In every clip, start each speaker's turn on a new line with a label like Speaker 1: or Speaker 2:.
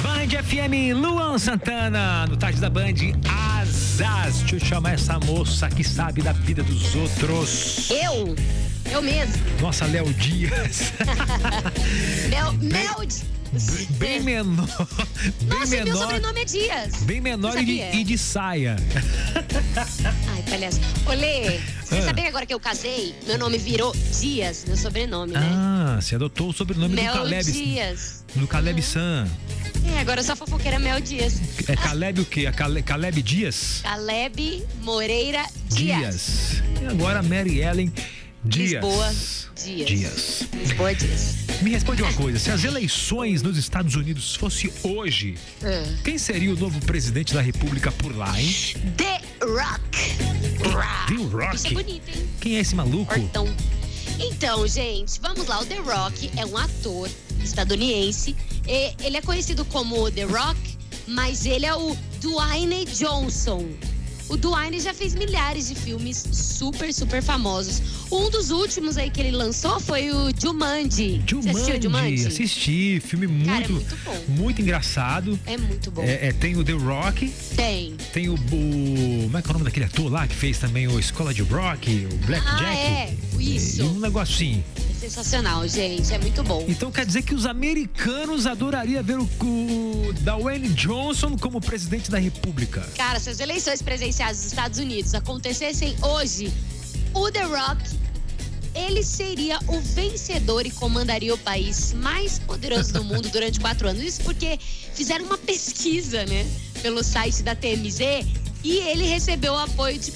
Speaker 1: Band FM, Luan Santana, no Tarde da Band, Azaz. Deixa eu chamar essa moça que sabe da vida dos outros.
Speaker 2: Eu? Eu mesmo.
Speaker 1: Nossa, Léo Dias.
Speaker 2: Mel, Mel.
Speaker 1: Bem- Bem menor. Bem
Speaker 2: Nossa, meu
Speaker 1: menor.
Speaker 2: sobrenome é Dias.
Speaker 1: Bem menor e de,
Speaker 2: sabia?
Speaker 1: e de saia.
Speaker 2: Ai, palhaço. Olê, você
Speaker 1: Ah.
Speaker 2: sabia que agora que eu casei, meu nome virou Dias, meu sobrenome, né?
Speaker 1: Ah, você adotou o sobrenome do
Speaker 2: Mel
Speaker 1: Caleb.
Speaker 2: Dias. Uhum.
Speaker 1: Do Caleb San.
Speaker 2: É, agora eu sou a fofoqueira Mel Dias.
Speaker 1: É Caleb o quê? A Cale- Caleb Dias?
Speaker 2: Caleb Moreira Dias.
Speaker 1: E agora Mary Ellen Dias.
Speaker 2: Lisboa Dias.
Speaker 1: Dias.
Speaker 2: Lisboa Dias.
Speaker 1: Me responde uma coisa: se as eleições nos Estados Unidos fosse hoje,
Speaker 2: Ah.
Speaker 1: quem seria o novo presidente da República por lá, hein?
Speaker 2: The Rock.
Speaker 1: The
Speaker 2: Isso é
Speaker 1: Rock.
Speaker 2: bonito, hein?
Speaker 1: Quem é esse maluco?
Speaker 2: Hortão. Então, gente, vamos lá. O The Rock é um ator estadunidense. E Ele é conhecido como The Rock, mas ele é o Dwayne Johnson. O Dwayne já fez milhares de filmes super, super famosos. Um dos últimos aí que ele lançou foi o Jumanji. Você assistiu o Jumanji?
Speaker 1: assisti, filme muito,
Speaker 2: Cara, é muito bom.
Speaker 1: muito engraçado.
Speaker 2: É muito bom.
Speaker 1: É, é, tem o The Rock,
Speaker 2: Tem.
Speaker 1: tem o, o- Como é que é o nome daquele ator lá que fez também o Escola de Rock, o Black
Speaker 2: Ah,
Speaker 1: Jack?
Speaker 2: é. Isso.
Speaker 1: E um negocinho.
Speaker 2: É sensacional, gente. É muito bom.
Speaker 1: Então quer dizer que os americanos adorariam ver o, o Dwayne Johnson como presidente da república.
Speaker 2: Cara, se as eleições presenciais dos Estados Unidos acontecessem hoje, o The Rock, ele seria o vencedor e comandaria o país mais poderoso do mundo durante quatro anos. Isso porque fizeram uma pesquisa, né, pelo site da TMZ e ele recebeu o apoio de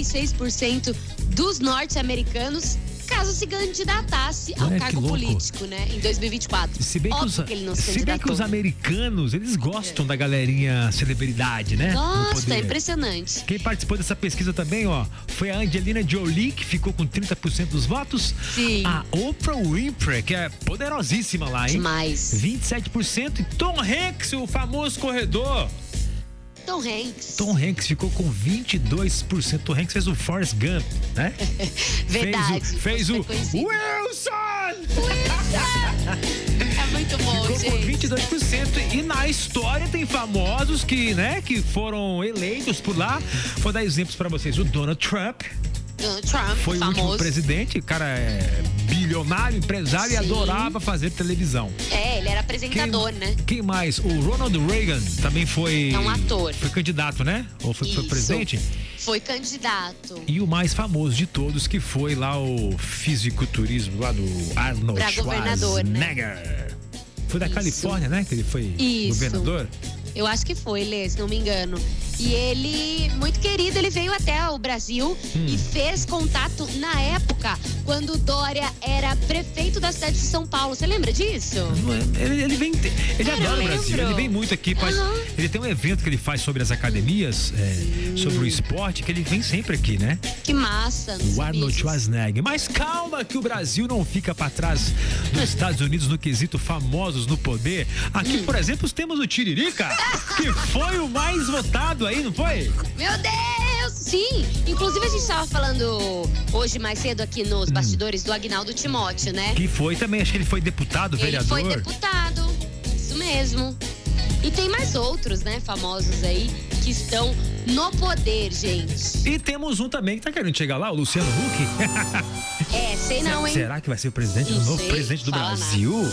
Speaker 2: 46% dos norte-americanos caso se candidatasse ao
Speaker 1: Olha que
Speaker 2: cargo
Speaker 1: louco.
Speaker 2: político, né, em 2024.
Speaker 1: Se bem, que os,
Speaker 2: Óbvio que ele não se
Speaker 1: se bem que
Speaker 2: candidatou.
Speaker 1: os americanos, eles gostam da galerinha celebridade, né? No
Speaker 2: Nossa, é
Speaker 1: poder.
Speaker 2: impressionante.
Speaker 1: Quem participou dessa pesquisa também, ó, foi a Angelina Jolie, que ficou com 30% dos votos.
Speaker 2: Sim.
Speaker 1: A Oprah Winfrey, que é poderosíssima lá, hein?
Speaker 2: Demais.
Speaker 1: 27%. E Tom Hanks, o famoso corredor.
Speaker 2: Tom Hanks.
Speaker 1: Tom Hanks ficou com 22%. Tom Hanks fez o Forrest Gump, né?
Speaker 2: Verdade.
Speaker 1: Fez o,
Speaker 2: Foi
Speaker 1: fez o
Speaker 2: conhecido.
Speaker 1: Wilson!
Speaker 2: É muito bom,
Speaker 1: Ficou com
Speaker 2: gente.
Speaker 1: 22%. E na história tem famosos que, né, que foram eleitos por lá. Vou dar exemplos pra vocês. O Donald Trump,
Speaker 2: Donald Trump,
Speaker 1: foi o último
Speaker 2: famoso.
Speaker 1: presidente, o cara é bilionário, empresário e
Speaker 2: Sim.
Speaker 1: adorava fazer televisão.
Speaker 2: É, ele era apresentador, né?
Speaker 1: quem mais? O Ronald Reagan também foi.
Speaker 2: É um ator.
Speaker 1: Foi candidato, né? Ou foi, foi
Speaker 2: Isso.
Speaker 1: presidente?
Speaker 2: Foi candidato.
Speaker 1: E o mais famoso de todos, que foi lá o fisiculturismo lá do Arnold
Speaker 2: Pra governador, né?
Speaker 1: Schwarzenegger. Foi da
Speaker 2: Isso.
Speaker 1: Califórnia, né? Que ele foi
Speaker 2: Isso.
Speaker 1: governador.
Speaker 2: Eu acho que foi, Lê, se não me engano. E ele, muito querido, ele veio até o Brasil
Speaker 1: Hum.
Speaker 2: e fez contato na época, quando Dória era prefeito da cidade de São Paulo. Você lembra disso?
Speaker 1: Não é- Ele, ele vem. te- Ele
Speaker 2: Cara,
Speaker 1: adora o
Speaker 2: Ah, eu
Speaker 1: Brasil,
Speaker 2: lembro.
Speaker 1: ele vem muito aqui. Faz,
Speaker 2: Aham.
Speaker 1: Ele tem um evento que ele faz sobre as academias, é, sobre o esporte, que ele vem sempre aqui, né?
Speaker 2: Que massa. não
Speaker 1: O
Speaker 2: sabia
Speaker 1: Arnold
Speaker 2: disso.
Speaker 1: Schwarzenegger. Mas calma que o Brasil não fica pra trás dos Estados Unidos no quesito famosos no poder. Aqui, por exemplo, temos o Tiririca, que foi o mais votado aí, não foi?
Speaker 2: Meu Deus! Sim! Inclusive, a gente estava falando hoje mais cedo aqui nos
Speaker 1: Hum.
Speaker 2: bastidores do Agnaldo Timóteo, né?
Speaker 1: Que foi também, acho que ele foi deputado,
Speaker 2: Ele
Speaker 1: vereador.
Speaker 2: foi deputado, isso mesmo. E tem mais outros, né, famosos aí, que estão no poder, gente.
Speaker 1: E temos um também que tá querendo chegar lá, o Luciano Huck.
Speaker 2: É, sei não, hein?
Speaker 1: Será que vai ser o presidente,
Speaker 2: Não
Speaker 1: o novo
Speaker 2: sei,
Speaker 1: presidente do
Speaker 2: fala nada.
Speaker 1: Brasil?